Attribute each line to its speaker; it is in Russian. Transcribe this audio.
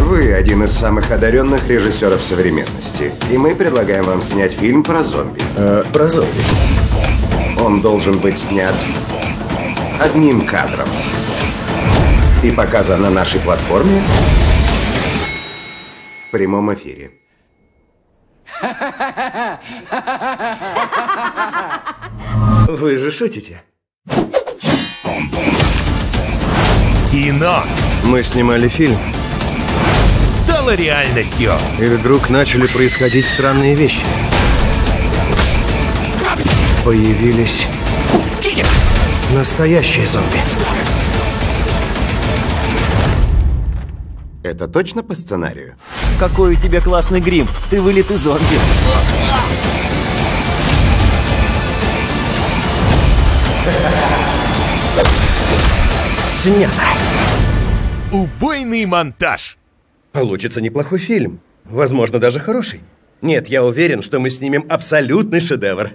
Speaker 1: вы один из самых одаренных режиссеров современности, и мы предлагаем вам снять фильм про зомби.
Speaker 2: Э, про зомби.
Speaker 1: Он должен быть снят одним кадром и показан на нашей платформе в прямом эфире.
Speaker 2: Вы же шутите.
Speaker 3: Кино
Speaker 4: Мы снимали фильм,
Speaker 3: стало реальностью.
Speaker 4: и вдруг начали происходить странные вещи. Появились настоящие зомби.
Speaker 1: Это точно по сценарию?
Speaker 5: Какой у тебя классный грим. Ты вылет из зомби.
Speaker 4: Снято.
Speaker 3: Убойный монтаж.
Speaker 2: Получится неплохой фильм. Возможно, даже хороший. Нет, я уверен, что мы снимем абсолютный шедевр.